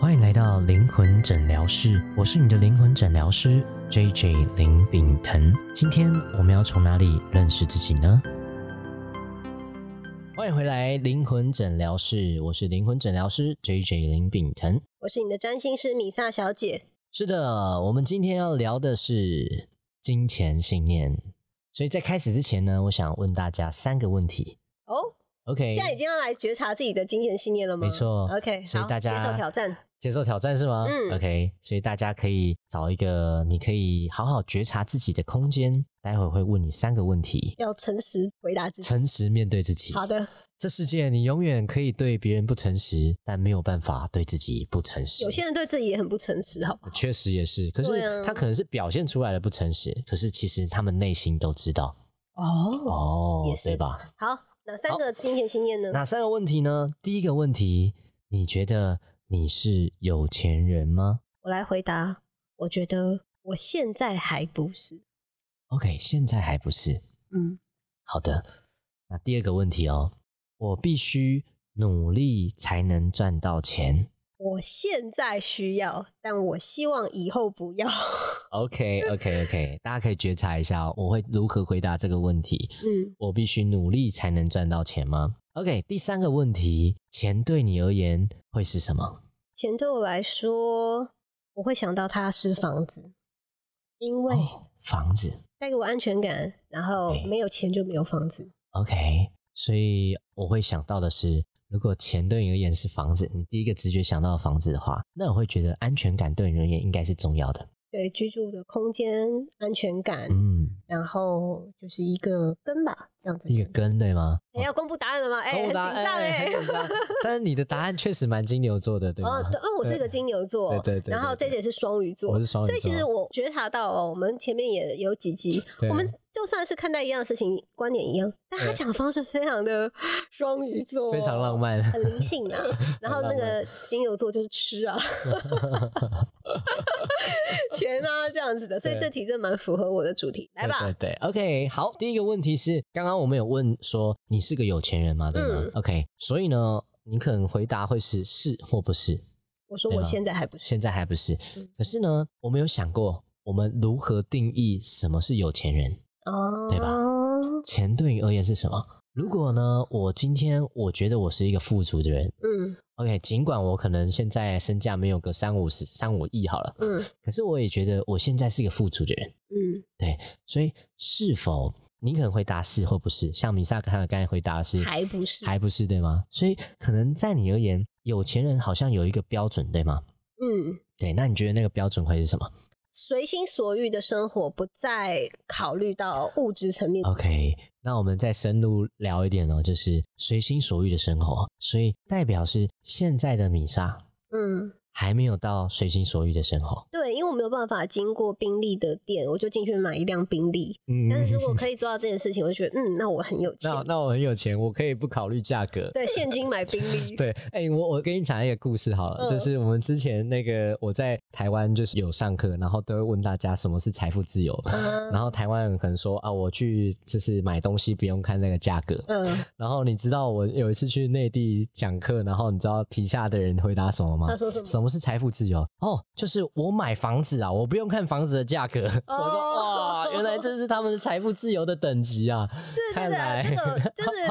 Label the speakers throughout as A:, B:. A: 欢迎来到灵魂诊疗室，我是你的灵魂诊疗师 J J 林炳腾。今天我们要从哪里认识自己呢？欢迎回来灵魂诊疗室，我是灵魂诊疗师 J J 林炳腾。
B: 我是你的占星师米萨小姐。
A: 是的，我们今天要聊的是金钱信念。所以在开始之前呢，我想问大家三个问题。
B: 哦，
A: OK，
B: 现在已经要来觉察自己的金钱信念了吗？
A: 哎没错
B: 嗯，OK，
A: 所以
B: 好
A: 大家
B: 接受挑战。
A: 接受挑战是吗？
B: 嗯
A: OK，所以大家可以找一个你可以好好觉察自己的空间。待会儿会问你三个问题，
B: 要诚实回答自己。
A: 诚实面对自己。
B: 嗯好的，
A: 这世界你永远可以对别人不诚实，但没有办法对自己不诚实。
B: 有些人对自己也很不诚实，好不好？
A: 确实也是，可
B: 对
A: 是
B: 啊
A: 他可能是表现出来的不诚实，可是其实他们内心都知道
B: 哦，
A: 哦
B: 也，是嗯
A: 对吧？
B: 好，哪三个金钱信念呢？
A: 哪三个问题呢？第一个问题，你觉得你是有钱人吗
B: 我来回答。我觉得我现在还不是，
A: ？OK，现在还不是。
B: 嗯，
A: 好的，那第二个问题哦，我必须努力才能赚到钱。
B: 我现在需要，但我希望以后不要。 嗯
A: OK OK OK，大家可以觉察一下、哦，我会如何回答这个问题。
B: 嗯，
A: 我必须努力才能赚到钱吗？OK，第三个问题，钱对你而言会是什么？
B: 钱对我来说，我会想到它是房子，因为
A: 哦，房子。
B: 带给我安全感，然后
A: 对
B: 没有钱就没有房子。
A: OK，所以我会想到的是，如果钱对你而言是房子，你第一个直觉想到的房子的话，那我会觉得安全感对你而言应该是重要的。
B: 对居住的空间、安全感，
A: 嗯，
B: 然后就是一个根吧，这样子的
A: 一个
B: 根。
A: 根对吗？
B: 哎、要公布答案了吗？哎、
A: 公
B: 很
A: 布
B: 紧
A: 答案
B: 张哎、
A: 哎很紧张。但是你的答案确实蛮金牛座的， 对吗
B: 哦，？对，哦，我是一个金牛座，
A: 对对对对
B: 然后
A: 对
B: J 姐是双鱼座，
A: 我是双鱼座啊
B: 所以其实我觉察到哦，我们前面也有几集，
A: 对啊
B: 我们就算是看待一样的事情，观点一样，但他
A: 对
B: 讲的方式非常的 双鱼 座，
A: 非常浪，漫。
B: 很灵性啊。然后那个金牛座就是吃啊，钱啊这样子的，所以
A: 对
B: 这题真的蛮符合我的主题，来吧，
A: 对对对，OK，好，第一个问题是，刚刚我们有问说你是个有钱人吗？对吗、
B: 嗯
A: o k 所以呢，你可能回答会是是或不是，
B: 我说
A: 对
B: 我
A: 吧
B: 现在还不是，
A: 现在还不是
B: 嗯。
A: 可是呢，我们有想过，我们如何定义什么是有钱人？
B: 哦，
A: 对吧钱对你而言是什么？如果呢，我今天我觉得我是一个富足的人
B: 嗯
A: ，OK，尽管我可能现在身价没有个三五十、三五亿好了，
B: 嗯
A: 可是我也觉得我现在是一个富足的人，
B: 嗯，
A: 所以是否你可能回答是或不是？像米萨刚刚才回答的是
B: 还不是，
A: 还不是对吗？所以可能在你而言，有钱人好像有一个标准对吗？
B: 嗯，
A: 对，那你觉得那个标准会是什么
B: 随心所欲的生活，不再考虑到物质层面。
A: ？OK，那我们再深入聊一点哦，就是随心所欲的生活，所以代表是现在的米萨
B: 嗯，
A: 还没有到随心所欲的生活。
B: 对，因为我没有办法经过宾利的店，我就进去买一辆宾利。
A: 嗯
B: 但是 如果可以做到这件事情，我就觉得，嗯，那我很有钱。
A: 那那我很有钱，我可以不考虑价格。
B: 对，现金买宾 利。
A: 对，哎、我我跟你讲一个故事好了，
B: 嗯
A: 就是我们之前那个我在台湾就是有上课，然后都会问大家什么是财富自由，
B: 啊，
A: 然后台湾人可能说啊，我去就是买东西不用看那个价格，
B: 嗯，
A: 然后你知道我有一次去内地讲课，然后你知道底下的人回答什么吗
B: 他？说什么？
A: 什么是财富自由？哦，就是我买房子啊，我不用看房子的价格。
B: 哦
A: 我说哇，原来这是他们财富自由的等级啊！
B: 对对
A: 看
B: 对
A: 来
B: 啊，这个就是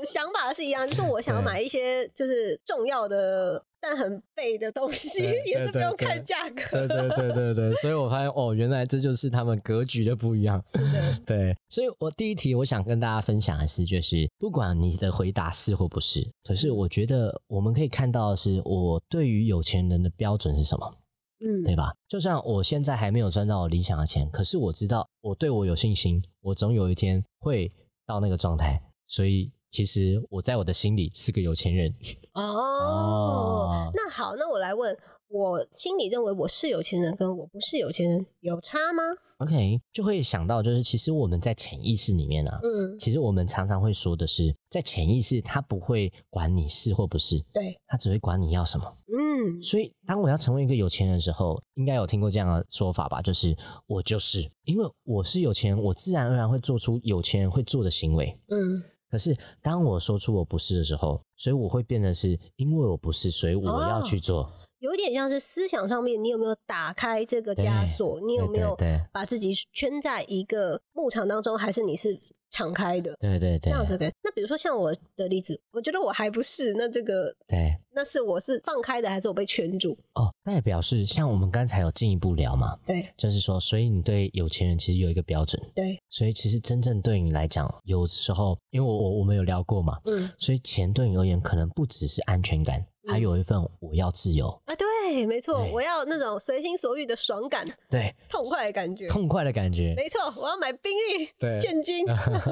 B: 就想法是一样，就是我想要
A: 对
B: 买一些就是重要的但很背的东西，
A: 对
B: 也
A: 对
B: 是不
A: 对
B: 用
A: 对
B: 看价格。
A: 对对对对对，所以我发现哦，原来这就是他们格局的不一样。
B: 是的，
A: 对，所以我第一题我想跟大家分享的是，就是不管你的回答是或不是，可是我觉得我们可以看到的是，我对于有钱人的标准是什么，
B: 嗯，
A: 对吧？就像我现在还没有赚到我理想的钱，可是我知道我对我有信心，我总有一天会到那个状态，所以。其实我在我的心里是个有钱人
B: 哦， 那好，那我来问，我心里认为我是有钱人，跟我不是有钱人有差吗？
A: ，OK，就会想到就是其实我们在潜意识里面啊，
B: 嗯，
A: 其实我们常常会说的是，在潜意识他不会管你是或不是，
B: 对，
A: 他只会管你要什么。
B: 嗯，
A: 所以，当我要成为一个有钱人的时候，应该有听过这样的说法吧？就是我就是，因为我是有钱人，我自然而然会做出有钱人会做的行为。
B: 嗯，
A: 可是，当我说出我不是的时候，所以我会变得是因为我不是，所以我要去做。
B: 有点像是思想上面，你有没有打开这个枷锁？你有没有
A: 对对对
B: 把自己圈在一个牧场当中，还是你是敞开的？
A: 对对
B: 这
A: 对，啊
B: 样子的。那比如说像我的例子，我觉得我还不是。那这个
A: 对
B: 那是我是放开的，还是我被圈住？
A: 哦，那也表示像我们刚才有进一步聊嘛，
B: 对
A: 就是说，所以你对有钱人其实有一个标准，
B: 对，
A: 所以其实真正对你来讲，有时候因为我我我们有聊过嘛，
B: 嗯
A: 所以钱对你而言可能不只是安全感，
B: 嗯
A: 还有一份我要自由，
B: 啊，对，没错，
A: 对
B: 我要那种随心所欲的爽感、
A: 对，
B: 痛快的感觉。
A: 痛快的感觉，
B: 没错，我要买宾利
A: 对，
B: 现金。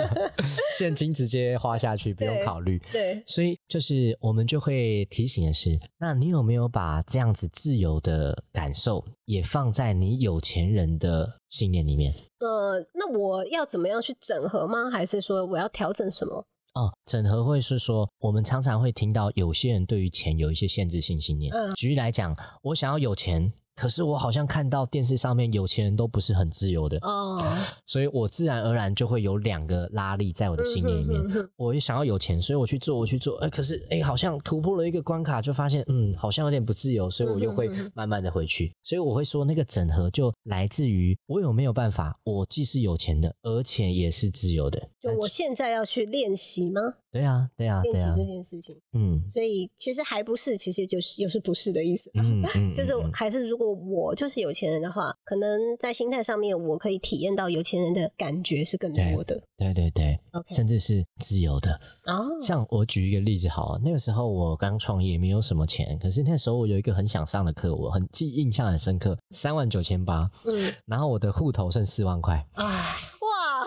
A: 现金直接花下去，不用
B: 对
A: 考虑。
B: 对，
A: 所以就是我们就会提醒的是，那你有没有把这样子自由的感受也放在你有钱人的信念里面？
B: 呃，那我要怎么样去整合吗？还是说我要调整什么？
A: 哦，整合会是说，我们常常会听到有些人对于钱有一些限制性信念。
B: 嗯
A: 举例来讲，我想要有钱，可是我好像看到电视上面有钱人都不是很自由的，
B: 哦，
A: 所以我自然而然就会有两个拉力在我的信念里面。
B: 嗯哼哼哼
A: 我也想要有钱，所以我去做，我去做，哎、可是哎、好像突破了一个关卡，就发现嗯，好像有点不自由，所以我又会
B: 嗯哼嗯哼
A: 慢慢的回去。所以我会说，那个整合就来自于我有没有办法，我既是有钱的，而且也是自由的。
B: 就我现在要去练习吗？
A: 对啊，对啊，
B: 练
A: 对
B: 习
A: 啊
B: 这，件事情，
A: 嗯
B: 所以其实还不是，其实就是又是不是的意思。
A: 嗯嗯，
B: 就是
A: 嗯嗯
B: 还是如果我就是有钱人的话，可能在心态上面我可以体验到有钱人的感觉是更多的。
A: 对对对，
B: OK，
A: 甚至是自由的。
B: 哦，
A: 像我举一个例子好了，那个时候我刚创业，没有什么钱，可是那时候我有一个很想上的课，我很记印象很深刻，三万九千八，
B: 嗯
A: 然后我的户头剩四万块。
B: 啊，哇，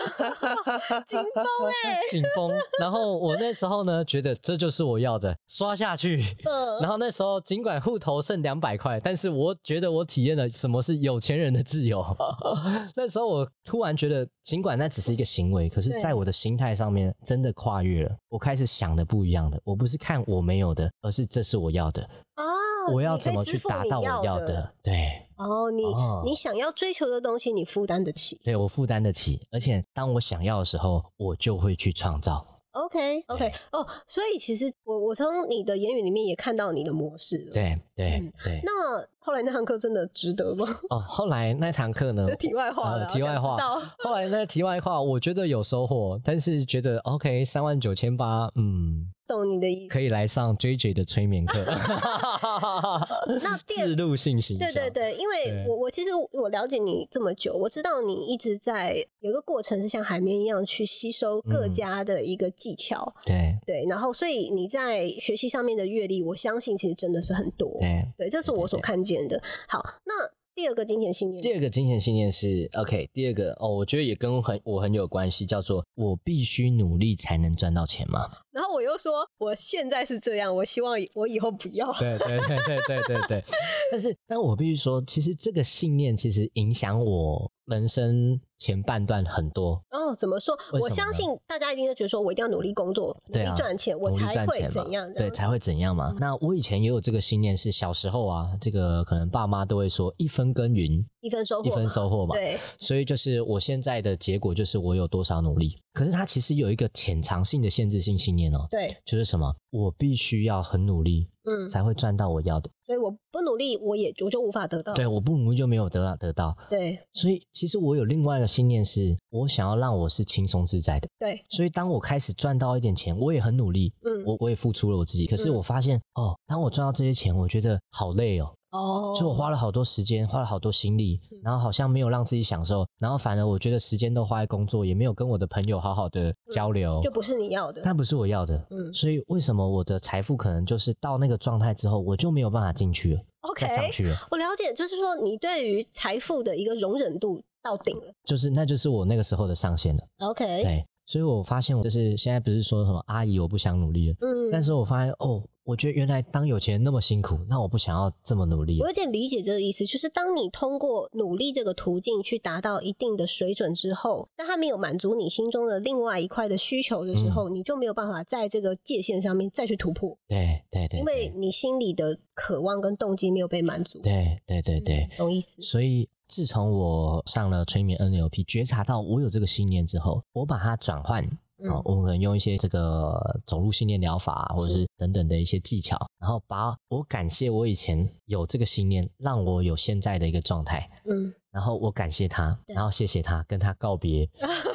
B: 紧绷哎，
A: 紧 绷。然后我那时候呢，觉得这就是我要的，刷下去。
B: 嗯，
A: 然后那时候尽管户头剩两百块，但是我觉得我体验了什么是有钱人的自由。 那时候我突然觉得，尽管那只是一个行为，可是
B: 对
A: 在我的心态上面真的跨越了。我开始想的不一样的，我不是看我没有的，而是这是我要的，
B: 哦，
A: 我要
B: 你可
A: 怎
B: 以
A: 么
B: 支
A: 去
B: 付
A: 达
B: 你
A: 到我要
B: 的？
A: 的？对。
B: 哦，你
A: 哦
B: 你想要追求的东西，你负担得起。
A: 对我负担得起，而且当我想要的时候，我就会去创造。
B: OK OK，哦，所以其实我我从你的言语里面也看到你的模式了。
A: 对对
B: 嗯
A: 对。
B: 那后来那堂课真的值得吗？，
A: 哦，后来那堂课呢
B: 题外话
A: 呃
B: 了，
A: 题
B: 我想
A: 外
B: 知
A: 话
B: 道
A: 后来那题外话，我觉得有收获，但是觉得 OK 三万九千八，嗯，
B: 懂你的意思。
A: 可以来上 JJ 的催眠课，
B: 那第二
A: 自录性行销
B: 对对，对，因为
A: 对
B: 我我其实我了解你这么久，我知道你一直在有一个过程是像海绵一样去吸收各
A: 嗯
B: 家的一个技巧，
A: 对
B: 对，然后所以你在学习上面的阅历，我相信其实真的是很多，
A: 对。
B: 对，这是我所看见的。好，那第二个金钱信念，
A: 第二个金钱信念是 OK，第二个哦，我觉得也跟很我很有关系，叫做我必须努力才能赚到钱 嘛。
B: 然后我又说我现在是这样，我希望我以后不要，
A: 对对对对对对对。 但是，但我必须说，其实这个信念其实影响我人生前半段很多，
B: 哦，怎么说？
A: 为
B: 我
A: 什么
B: 相
A: 呢
B: 信大家一定都觉得说我一定要努力工作，努
A: 对
B: 力
A: 啊
B: 赚钱，我
A: 努力
B: 才
A: 赚
B: 会
A: 钱嘛
B: 怎样？嗯
A: 对，
B: 这样
A: 才会怎样嘛。那我以前也有这个信念，是小时候啊，这个可能爸妈都会说一分耕耘
B: 一分收获
A: 一
B: 嘛，
A: 分收获嘛。
B: 对，
A: 所以就是我现在的结果就是我有多少努力，可是它其实有一个潜藏性的限制性信念哦，
B: 对，
A: 就是什么，我必须要很努力
B: 嗯，
A: 才会赚到我要的，
B: 所以我不努力，我也我就无法得到。
A: 对，我不努力就没有得到得到。
B: 对
A: 所以其实我有另外一个信念是，我想要让我是轻松自在的。
B: 对，
A: 所以当我开始赚到一点钱，我也很努力，
B: 嗯，
A: 我我也付出了我自己，可是
B: 嗯
A: 我发现、哦，当我赚到这些钱，我觉得好累哦，
B: 哦，嗯
A: 就我花了好多时间，花了好多心力，然后好像没有让自己享受，然后反而我觉得时间都花在工作，也没有跟我的朋友好好的交流，
B: 嗯就不是你要的。
A: 但不是我要的。
B: 嗯
A: 所以为什么我的财富可能就是到那个状态之后，我就没有办法进去了，再上
B: ，OK，
A: 去了，
B: 我了解，就是说你对于财富的一个容忍度到顶了。
A: 就是那就是我那个时候的上限了。
B: OK，
A: 对，所以我发现我就是现在不是说什么阿姨我不想努力了，
B: 嗯，
A: 但是我发现哦，我觉得原来当有钱人那么辛苦，那我不想要这么努力了
B: 我有点理解这个意思，就是当你通过努力这个途径去达到一定的水准之后，那它没有满足你心中的另外一块的需求的
A: 嗯
B: 时候，你就没有办法在这个界限上面再去突破，
A: 对对对，
B: 因为你心里的渴望跟动机没有被满足。
A: 对对对对，
B: 嗯，懂意思？
A: 所以自从我上了催眠 NLP，觉察到我有这个信念之后，我把它转换
B: 嗯
A: 啊，我们可能用一些这个走路信念疗法啊，或者
B: 是
A: 是等等的一些技巧，然后把我感谢我以前有这个信念，让我有现在的一个状态，
B: 嗯，
A: 然后我感谢他，
B: 对
A: 然后谢谢他，跟他告 别，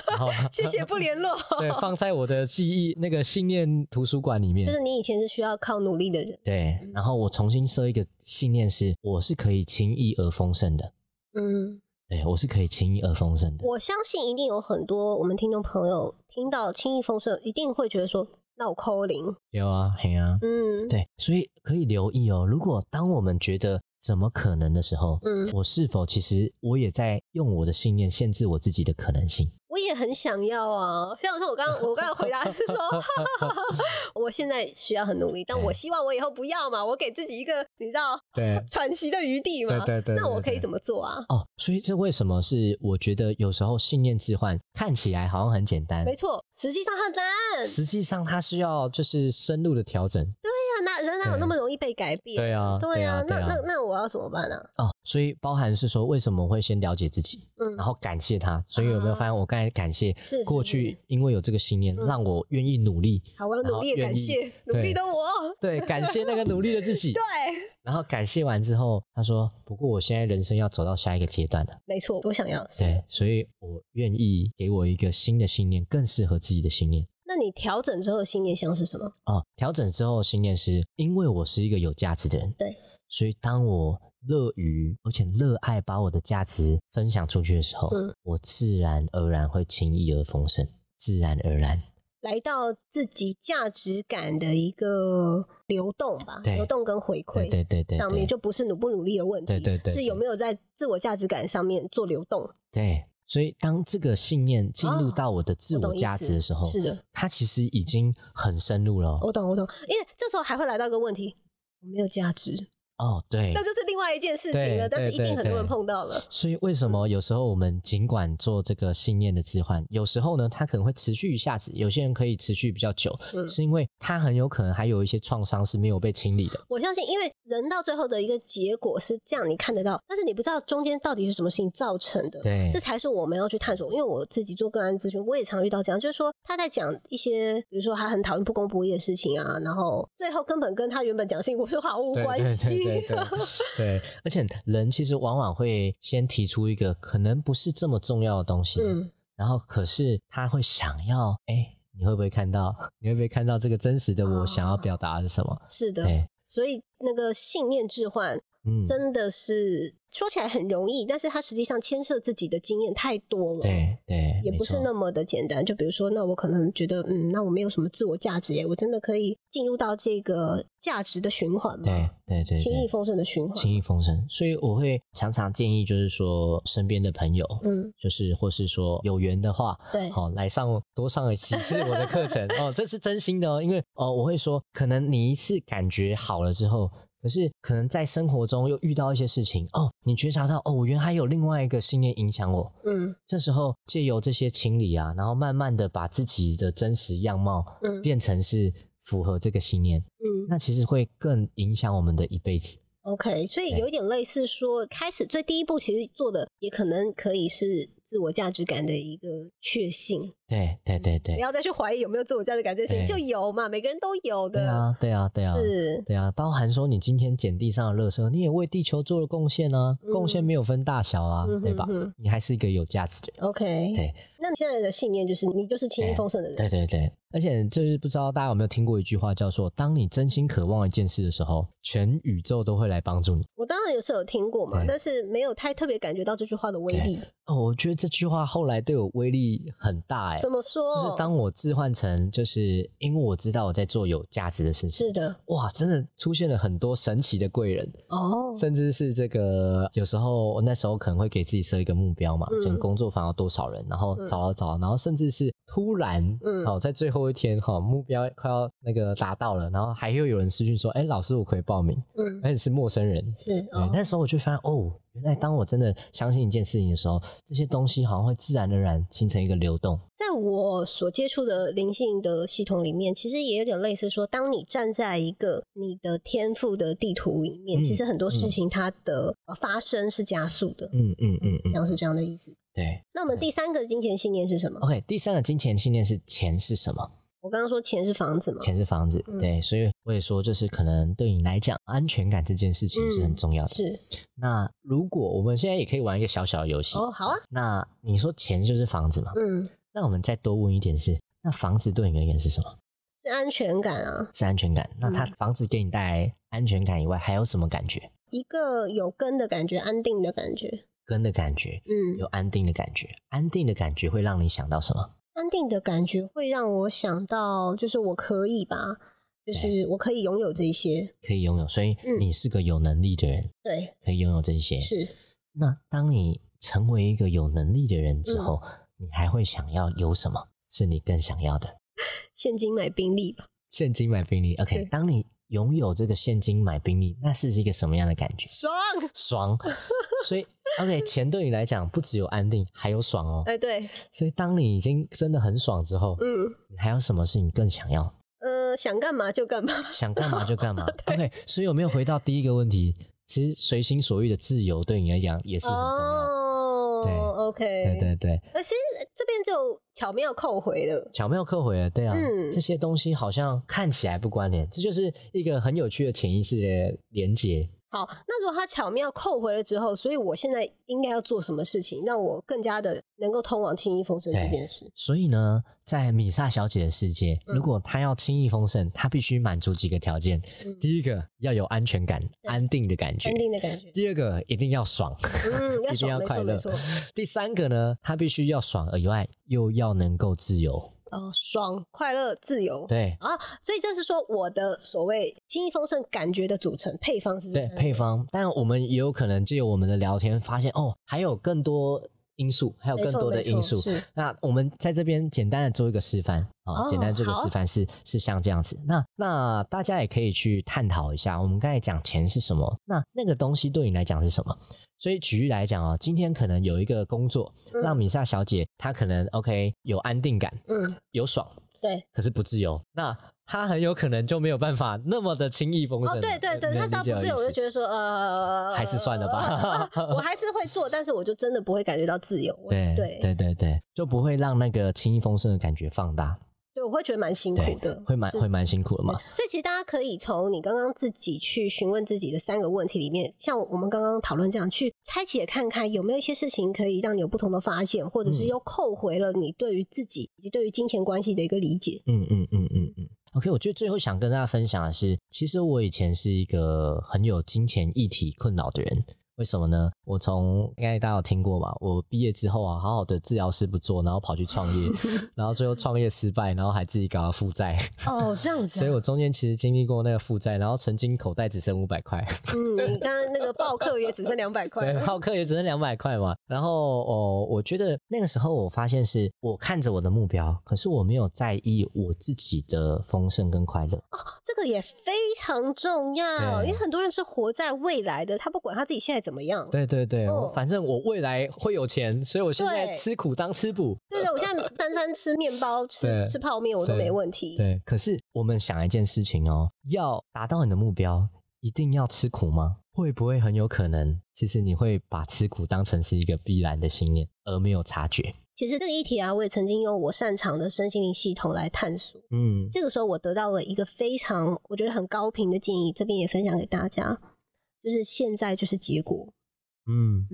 A: 然后
B: 谢谢不联络。
A: 对，放在我的记忆那个信念图书馆 里面，
B: 就是你以前是需要靠努力的人，
A: 对，然后我重新设一个信念是，我是可以轻易而丰盛的，
B: 嗯，
A: 对我是可以轻易而丰盛的，
B: 我相信一定有很多我们听众朋友听到轻易丰盛，一定会觉得说，那我扣零，
A: 有啊，嘿啊，
B: 嗯，，
A: 对，所以可以留意哦。如果当我们觉得怎么可能的时候，
B: 嗯
A: 我是否其实我也在用我的信念限制我自己的可能 性？
B: 我也很想要啊。像是我刚我刚才回答是说， 哈哈哈哈我现在需要很努力，但
A: 对
B: 我希望我以后不要嘛，我给自己一个你知道
A: 对
B: 喘息的余地嘛。
A: 对对
B: 那我可以
A: 么？
B: 怎么做啊？
A: 哦，所以这为什么是我觉得有时候信念置换看起来好像很简单，
B: 没错，实际上很难。
A: 实际上它需要就是深入的调整。
B: 那那人哪有那
A: 对
B: 么容易被改变？
A: 对啊
B: 对啊，
A: 对
B: 那
A: 啊
B: 那那我要怎么办啊呢？
A: 哦，所以包含是说为什么会先了解自己，
B: 嗯
A: 然，后感谢他。所以有没有发现我刚才感谢
B: 啊是是
A: 过
B: 是
A: 去，因为有这个信念，
B: 嗯
A: 让我愿意努力。
B: 好，我要
A: 然
B: 努
A: 后
B: 力地
A: 愿
B: 感
A: 意
B: 谢努力
A: 对
B: 的我。
A: 对，感谢那个努力的自己。
B: 对，
A: 然后感谢完之后，他说：“不过我现在人生要走到下一个阶段了，
B: 没错，我想要。
A: 对，所以我愿意给我一个新的信念，更适合自己的信念。
B: 那你调整之后的新念想是什么？”
A: 哦，调整之后的信念是，因为我是一个有价值的人，
B: 对，
A: 所以当我乐于而且热爱把我的价值分享出去的时候，
B: 嗯
A: 我自然而然会轻易而丰盛，自然而然。
B: 来到自己价值感的一个流动吧，
A: 对
B: 流动跟回
A: 对
B: 馈
A: 对对对
B: 上面
A: 对，
B: 就不是努不努力的问题，
A: 对对对
B: 是有没有在自我价值感上面做流动。
A: 对。所以，当这个信念进入
B: 哦
A: 到我的自
B: 我懂
A: 我
B: 意
A: 价
B: 思
A: 值的时候，
B: 是的，
A: 它其实已经很深入了哦。
B: 我懂我懂，因为这时候还会来到一个问题。我没有价值，
A: 哦，对
B: 那，就是另外一件事情了。
A: 对
B: 但是一定很多人碰到了，
A: 所以为什么有时候我们尽管做这个信念的置换，有时候呢，它可能会持续一下子，有些人可以持续比较久，
B: 嗯
A: 是因为它很有可能还有一些创伤是没有被清理的。
B: 我相信，因为人到最后的一个结果是这样，你看得到，但是你不知道中间到底是什么事情造成的。
A: 对
B: 这，才是我们要去探索。因为我自己做个案咨询，我也常遇到这样，就是说他在讲一些，比如说他很讨厌不公不义的事情啊，然后最后根本跟他原本讲幸福是毫无
A: 对
B: 关系。
A: 对对对对，而且人其实往往会先提出一个可能不是这么重要的东西，
B: 嗯，
A: 然后可是他会想要，哎，你会不会看到？ 你会不会看到这个真实的
B: 哦
A: 我想要表达的是什么？
B: 是的。
A: 对，
B: 所以那个信念置换
A: 嗯，
B: 真的是、说起来很容易，但是它实际上牵涉自己的经验太多了。
A: 对对，
B: 也
A: 没
B: 不是
A: 错
B: 那么的简单，就比如说，那我可能觉得，嗯，那我没有什么自我价值耶，我真的可以进入到这个价值的循环
A: 对
B: 吗？
A: 对对，
B: 轻
A: 对
B: 易丰盛的循环。
A: 轻易风声，所以我会常常建议，就是说身边的朋友，
B: 嗯，
A: 就是或是说有缘的话，
B: 对，
A: 好、哦来上多上几次我的课程哦，这是真心的哦，因为哦我会说，可能你一次感觉好了之后。可是，可能在生活中又遇到一些事情哦，你觉察到哦，我原来有另外一个信念影响我。
B: 嗯
A: 这时候借由这些清理啊，然后慢慢的把自己的真实样貌
B: 嗯
A: 变成是符合这个信念，
B: 嗯，
A: 那其实会更影响我们的一辈子。
B: OK，所以
A: 对
B: 有一点类似说，开始最第一步其实做的也可能可以是自我价值感的一个确信，
A: 对对对对
B: 不。要再去怀疑有没有自我价值感这些，
A: 对
B: 就有嘛，每个人都有的，
A: 对啊，对啊，对啊，
B: 是，
A: 对啊，包含说你今天捡地上的垃圾，你也为地球做了贡献啊，
B: 嗯
A: 贡献没有分大小啊，
B: 嗯哼
A: 对吧？
B: 嗯
A: 你还是一个有价值的人。
B: ，OK，
A: 对
B: 那你现在的信念就是你就是轻易丰盛的人，
A: 对对对，而且就是不知道大家有没有听过一句话，叫做“当你真心渴望一件事的时候，全宇宙都会来帮助你
B: 我当然有时候有听过嘛，
A: 对
B: 但是没有太特别感觉到这句话的威力。”。
A: 哦，我觉得这句话后来对我威力很大哎、
B: 怎么说？
A: 就是当我置换成，就是因为我知道我在做有价值的事情，
B: 是的，
A: 哇，真的出现了很多神奇的贵人。
B: 哦，
A: 甚至是这个，有时候那时候可能会给自己设一个目标嘛，
B: 嗯
A: 就工作坊要多少人，然后
B: 嗯
A: 找啊找，然后甚至是突然，
B: 嗯
A: 哦，在最后一天哈、哦，目标快要那个达到了，然后还又有人私讯说，哎，老师我可以报名，
B: 嗯，
A: 而且是陌生人，
B: 是
A: 对，
B: 哦，
A: 那时候我就发现哦，原来当我真的相信一件事情的时候，这些东西好像会自然而然形成一个流动。
B: 在我所接触的灵性的系统里面，其实也有点类似说，当你站在一个你的天赋的地图里面，
A: 嗯
B: 其实很多事情它的呃发生是加速的，
A: 嗯嗯嗯嗯，
B: 像是这样的意思。
A: 对。
B: 那我们第三个金钱信念是什么？
A: OK，第三个金钱信念是钱是什么？
B: 我刚刚说钱是房子嘛，
A: 钱是房子，
B: 嗯
A: 对，所以我也说，就是可能对你来讲，安全感这件事情是很重要的。
B: 嗯是
A: 那如果我们现在也可以玩一个小小的游戏，
B: 哦，好啊，
A: 那你说钱就是房子嘛？
B: 嗯，
A: 那我们再多问一点是，那房子对你而言是什么？
B: 是安全感啊，
A: 是安全感。那它
B: 嗯
A: 房子给你带来安全感以外，还有什么感觉？
B: 一个有根的感觉，安定的感觉，
A: 根的感觉，
B: 嗯，
A: 有安定的感觉，安定的感觉会让你想到什么？
B: 安定的感觉会让我想到，就是我可以吧，就是我可以拥有这些，
A: 可以拥有，所以
B: 嗯
A: 你是个有能力的人，
B: 对，
A: 可以拥有这些。
B: 是
A: 那当你成为一个有能力的人
B: 嗯
A: 之后，你还会想要有什么是你更想要的？
B: 现金买宾利吧，
A: 现金买宾利，OK。
B: 对
A: 当你拥有这个现金买宾利，那是一个什么样的感觉？
B: 爽，
A: 爽。所以，OK，钱对你来讲不只有安定，还有爽哦。
B: 哎，对，
A: 所以，当你已经真的很爽之后，
B: 嗯，
A: 你还有什么是你更想要？
B: 呃，想干嘛就干嘛，
A: 想干嘛就干 嘛。OK，所以有没有回到第一个问题？其实随心所欲的自由对你来讲 也是很重要的。对
B: 哦，OK，
A: 对对对，
B: 呃，其实这边就巧妙扣回了，
A: 巧妙克回了，对啊，
B: 嗯
A: 这些东西好像看起来不关联，这就是一个很有趣的潜意识的连接。
B: 好，那如果他巧妙扣回了之后，所以我现在应该要做什么事情，让我更加的能够通往轻易风生这
A: 对
B: 件事？
A: 所以呢，在米萨小姐的世界，
B: 嗯
A: 如果她要轻易丰盛，她必须满足几个条件：
B: 嗯
A: 第一个要有安全感、安定的感觉
B: 安；定的感觉，
A: 第二个一定要爽，
B: 嗯，要
A: 一定
B: 爽，
A: 要
B: 没错
A: 快
B: 没
A: 乐
B: 错，；
A: 第三个呢，她必须要爽以外，又要能够自由。
B: 哦，爽、快乐、自由，
A: 对，
B: 啊，所以这是说我的所谓轻易丰盛感觉的组成配方是这
A: 对
B: 样，
A: 配方，但我们也有可能借由我们的聊天，发现哦，还有更多因素，还有
B: 没
A: 更
B: 错
A: 多的
B: 没错
A: 因素。
B: 是
A: 那我们在这边简单的做一个示范啊，
B: 哦
A: 简单做个
B: 好啊
A: 示范是是像这样子。那那大家也可以去探讨一下，我们刚才讲钱是什么，那那个东西对你来讲是什么？所以举例来讲啊，今天可能有一个工作，
B: 嗯
A: 让米莎小姐她可能 OK 有安定感，
B: 嗯，
A: 有爽，
B: 对，
A: 可是不自由，那她很有可能就没有办法那么的轻易丰盛
B: 哦
A: 了。
B: 对对对，
A: 能
B: 他只要
A: 理解
B: 不自
A: 意
B: 由，我
A: 思
B: 就觉得说呃，
A: 还是算了吧
B: 我还是会做，但是我就真的不会感觉到自 由，我
A: 对
B: 对
A: 对对对，就不会让那个轻易丰盛的感觉放大，
B: 对，我会觉得蛮辛
A: 对
B: 苦的，，
A: 会蛮
B: 是
A: 会蛮辛苦的嘛。
B: 所以其实大家可以从你刚刚自己去询问自己的三个问题里面，像我们刚刚讨论这样去拆解看看有没有一些事情可以让你有不同的发现，或者是
A: 嗯
B: 又扣回了你对于自己以及对于金钱关系的一个理解。
A: 嗯嗯嗯嗯嗯。OK，我觉得最后想跟大家分享的是，其实我以前是一个很有金钱议题困扰的人。为什么呢？我从应该大家有听过嘛，我毕业之后啊，好好的治疗师不做，然后跑去创 业，然后最后创业失败，然后还自己搞到负债，
B: 哦，这样子、
A: 所以我中间其实经历过那个负债，然后曾经口袋只剩五百块。
B: 嗯，你刚刚那个报课也只剩两百块
A: 对，
B: 了，
A: 浩克也只剩两百块嘛。然后哦，我觉得那个时候我发现是我看着我的目标，可是我没有在意我自己的丰盛跟快乐。
B: 这个也非常重要，
A: 对
B: 因为很多人是活在未来的，他不管他自己现在怎么样。
A: 对对对，
B: 嗯
A: 我反正我未来会有钱，所以我现在
B: 对
A: 吃苦当吃补。
B: 对不对，我现在单餐吃面包、吃
A: 对
B: 吃泡面我都
A: 对
B: 没问题。
A: 对，可是我们想一件事情哦，要达到你的目标，一定要吃苦吗？会不会很有可能，其实你会把吃苦当成是一个必然的信念，而没有察觉？
B: 其实这个议题啊，我也曾经用我擅长的身心灵系统来探索。
A: 嗯，
B: 这个时候，我得到了一个非常我觉得很高频的建议，这边也分享给大家，就是现在就是结果。
A: 嗯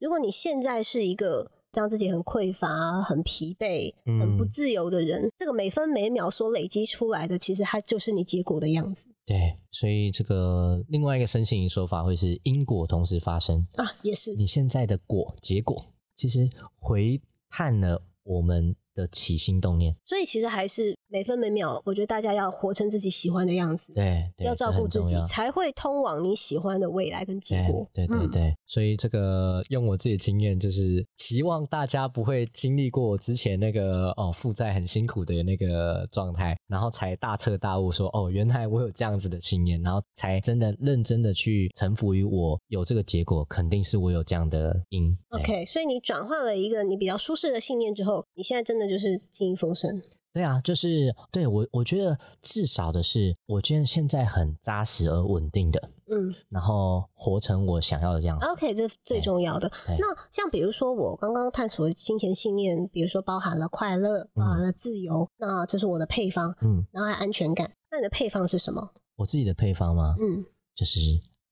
B: 如果你现在是一个让自己很匮乏、很疲惫、
A: 嗯
B: 很不自由的人，这个每分每秒所累积出来的，其实它就是你结果的样子
A: 对，所以这个另外一个身心灵说法会是因果同时发生。
B: 啊，也是
A: 你现在的果结果，其实回看了我们的起心动念，
B: 所以其实还是每分每秒，我觉得大家要活成自己喜欢的样子，
A: 对，对
B: 要照顾自
A: 这很
B: 己，
A: 重要
B: 才会通往你喜欢的未来跟结果。
A: 对对对
B: 嗯
A: 对，所以这个用我自己的经验，就是期望大家不会经历过我之前那个哦负债很辛苦的那个状态，然后才大彻大悟说哦，原来我有这样子的信念，然后才真的认真的去臣服于我有这个结果，肯定是我有这样的因。哎对
B: OK，所以你转换了一个你比较舒适的信念之后，你现在真的就是经营丰盛。
A: 对啊，就是对我我觉得至少的是，我觉得现在很扎实而稳定的，
B: 嗯
A: 然后活成我想要的样子。
B: ，OK，这
A: 哎
B: 最重要的。
A: 对
B: 那像比如说我刚刚探索的金钱信念，比如说包含了快乐，包含了自由，那这是我的配方，
A: 嗯，
B: 然后还有安全感。那你的配方是什么？
A: 我自己的配方吗？
B: 嗯，
A: 就是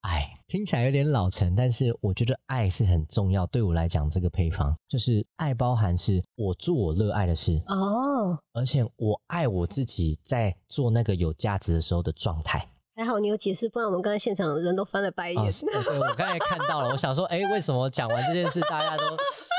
A: 爱。听起来有点老成，但是我觉得爱是很重要。对我来讲，这个配方就是爱，包含是我做我热爱的事，
B: 哦，
A: 而且我爱我自己在做那个有价值的时候的状态。
B: 还好你有解释，不然我们刚才现场的人都翻了白眼。
A: 哦， 是对，对我刚才看到了，我想说，哎，为什么讲完这件事，大家都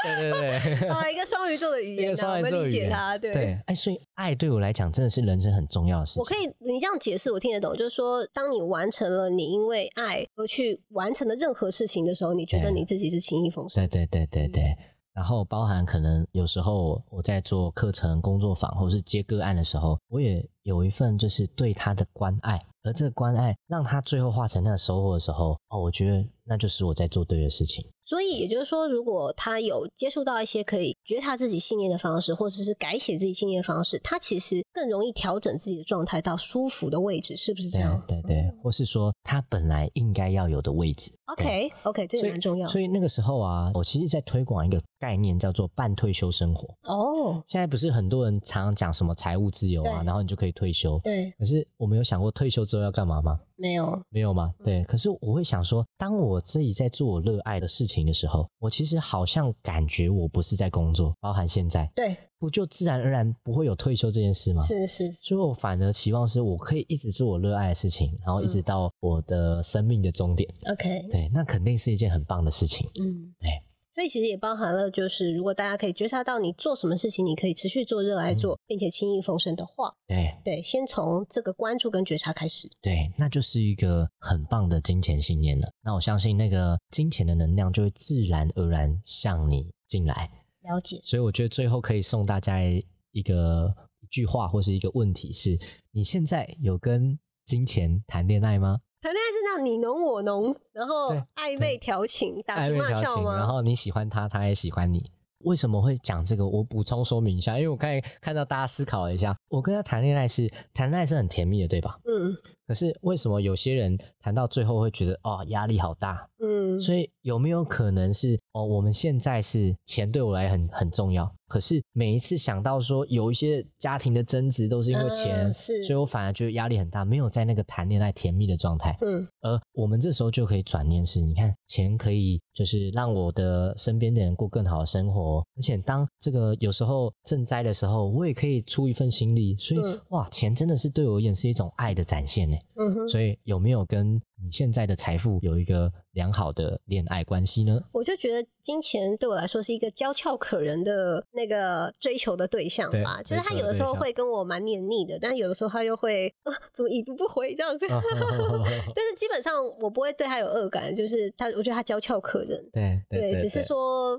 A: 对对对。
B: 啊，一个双鱼座的语
A: 一
B: 言
A: 个
B: 呐、
A: 双
B: 我
A: 鱼座
B: 们
A: 的
B: 理
A: 语
B: 解
A: 言
B: 它。对，
A: 对，哎，所以爱对我来讲真的是人生很重要的事情。
B: 我可以，你这样解释我听得懂，就是说，当你完成了你因为爱而去完成的任何事情的时候，你觉得
A: 对
B: 你自己是轻易丰盛。
A: 对对对对
B: 嗯
A: 对。然后包含可能有时候我在做课程、工作坊或是接个案的时候，我也有一份就是对他的关爱，而这个关爱让他最后化成那个收获的时候，哦，我觉得那就是我在做对的事情。
B: 所以也就是说，如果他有接触到一些可以觉察自己信念的方式，或者是改写自己信念的方式，他其实更容易调整自己的状态到舒服的位置，是不是这
A: 对啊
B: 样？
A: 对对，或是说他本来应该要有的位置。
B: OK OK，这
A: 所
B: 也
A: 以
B: 蛮重要
A: 所以那个时候啊，我其实在推广一个概念，叫做半退休生活。
B: 哦。
A: 现在不是很多人常常讲什么财务自由啊，
B: 对
A: 然后你就可以退休。
B: 对，
A: 可是我们有想过退休之后要干嘛吗？
B: 没有，
A: 没有吗？对，可是我会想说，当我自己在做我热爱的事情的时候，我其实好像感觉我不是在工作，包含现在，
B: 对，
A: 不就自然而然不会有退休这件事吗？
B: 是是，
A: 所以我反而期望是我可以一直做我热爱的事情，然后一直到我的生命的终点。
B: OK，
A: 对，那肯定是一件很棒的事情。
B: 嗯，
A: 对。
B: 所以其实也包含了，就是如果大家可以觉察到你做什么事情，你可以持续做、热
A: 嗯
B: 爱做，并且轻易丰盛的话，
A: 对
B: 对，先从这个关注跟觉察开始。
A: 对，那就是一个很棒的金钱信念了。那我相信那个金钱的能量就会自然而然向你进来。
B: 了解，
A: 所以我觉得最后可以送大家一个一句话或是一个问题是：你现在有跟金钱谈恋爱吗？
B: 谈恋爱是这样你侬我侬，然后
A: 对
B: 暧昧调情、打
A: 暧
B: 情
A: 昧
B: 骂
A: 调
B: 俏
A: 情，然
B: 吗？
A: 后你喜欢他，他也喜欢你。为什么会讲这个？我补充说明一下，因为我刚才看到大家思考了一下，我跟他谈恋爱是谈恋爱是很甜蜜的，对吧？
B: 嗯
A: 可是为什么有些人谈到最后会觉得哦压力好大？
B: 嗯，
A: 所以有没有可能是哦，我们现在是钱对我来很很重要，可是每一次想到说有一些家庭的争执都是因为钱，
B: 嗯是
A: 所以我反而觉得压力很大，没有在那个谈恋爱甜蜜的状态。
B: 嗯
A: 而我们这时候就可以转念是，你看钱可以就是让我的身边的人过更好的生活，而且当这个有时候赈灾的时候，我也可以出一份心力，所以、
B: 嗯
A: 哇，钱真的是对我而言是一种爱的展现呢。
B: 嗯哼，
A: 所以有没有跟你现在的财富有一个良好的恋爱关系呢？
B: 我就觉得金钱对我来说是一个娇俏可人的那个追求的对象吧，
A: 对
B: 就是他
A: 追求的
B: 有的时候
A: 对象
B: 会跟我蛮黏腻的，但有的时候他又会、啊、怎么已读不回这样
A: 嗯
B: 子。但是基本上我不会对他有恶感，就是他，我觉得他娇俏可人，
A: 对对对，
B: 只是 说，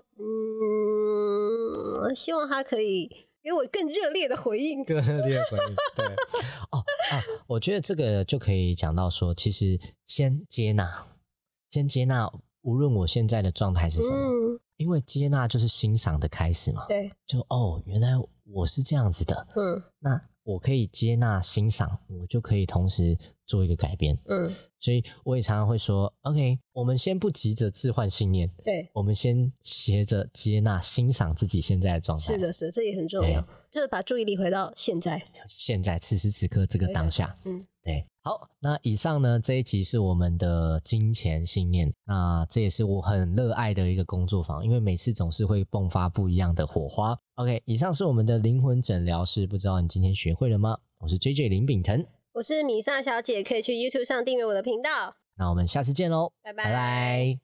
B: 嗯，希望他可以给我更热烈的回应。
A: 各热烈回应。对， 哦啊，我觉得这个就可以讲到说，其实先接纳，先接纳，无论我现在的状态是什么，
B: 嗯，
A: 因为接纳就是欣赏的开始嘛。
B: 对，
A: 就哦，原来我是这样子的，
B: 嗯
A: 那我可以接纳欣赏，我就可以同时做一个改变。
B: 嗯，
A: 所以我也常常会说，OK，我们先不急着置换信念，
B: 对，
A: 我们先学着接纳、欣赏自己现在的状态。
B: 是，的，是的，这也很重要，就是把注意力回到现在。
A: 现在此时此刻这个当下，
B: 嗯，
A: 对。好，那以上呢这一集是我们的金钱信念，那这也是我很热爱的一个工作坊，因为每次总是会迸发不一样的火花。OK，以上是我们的灵魂诊疗室，不知道你今天学会了吗？我是 JJ 林炳腾，
B: 我是米萨小姐，可以去 YouTube 上订阅我的频道，
A: 那我们下次见喽，拜拜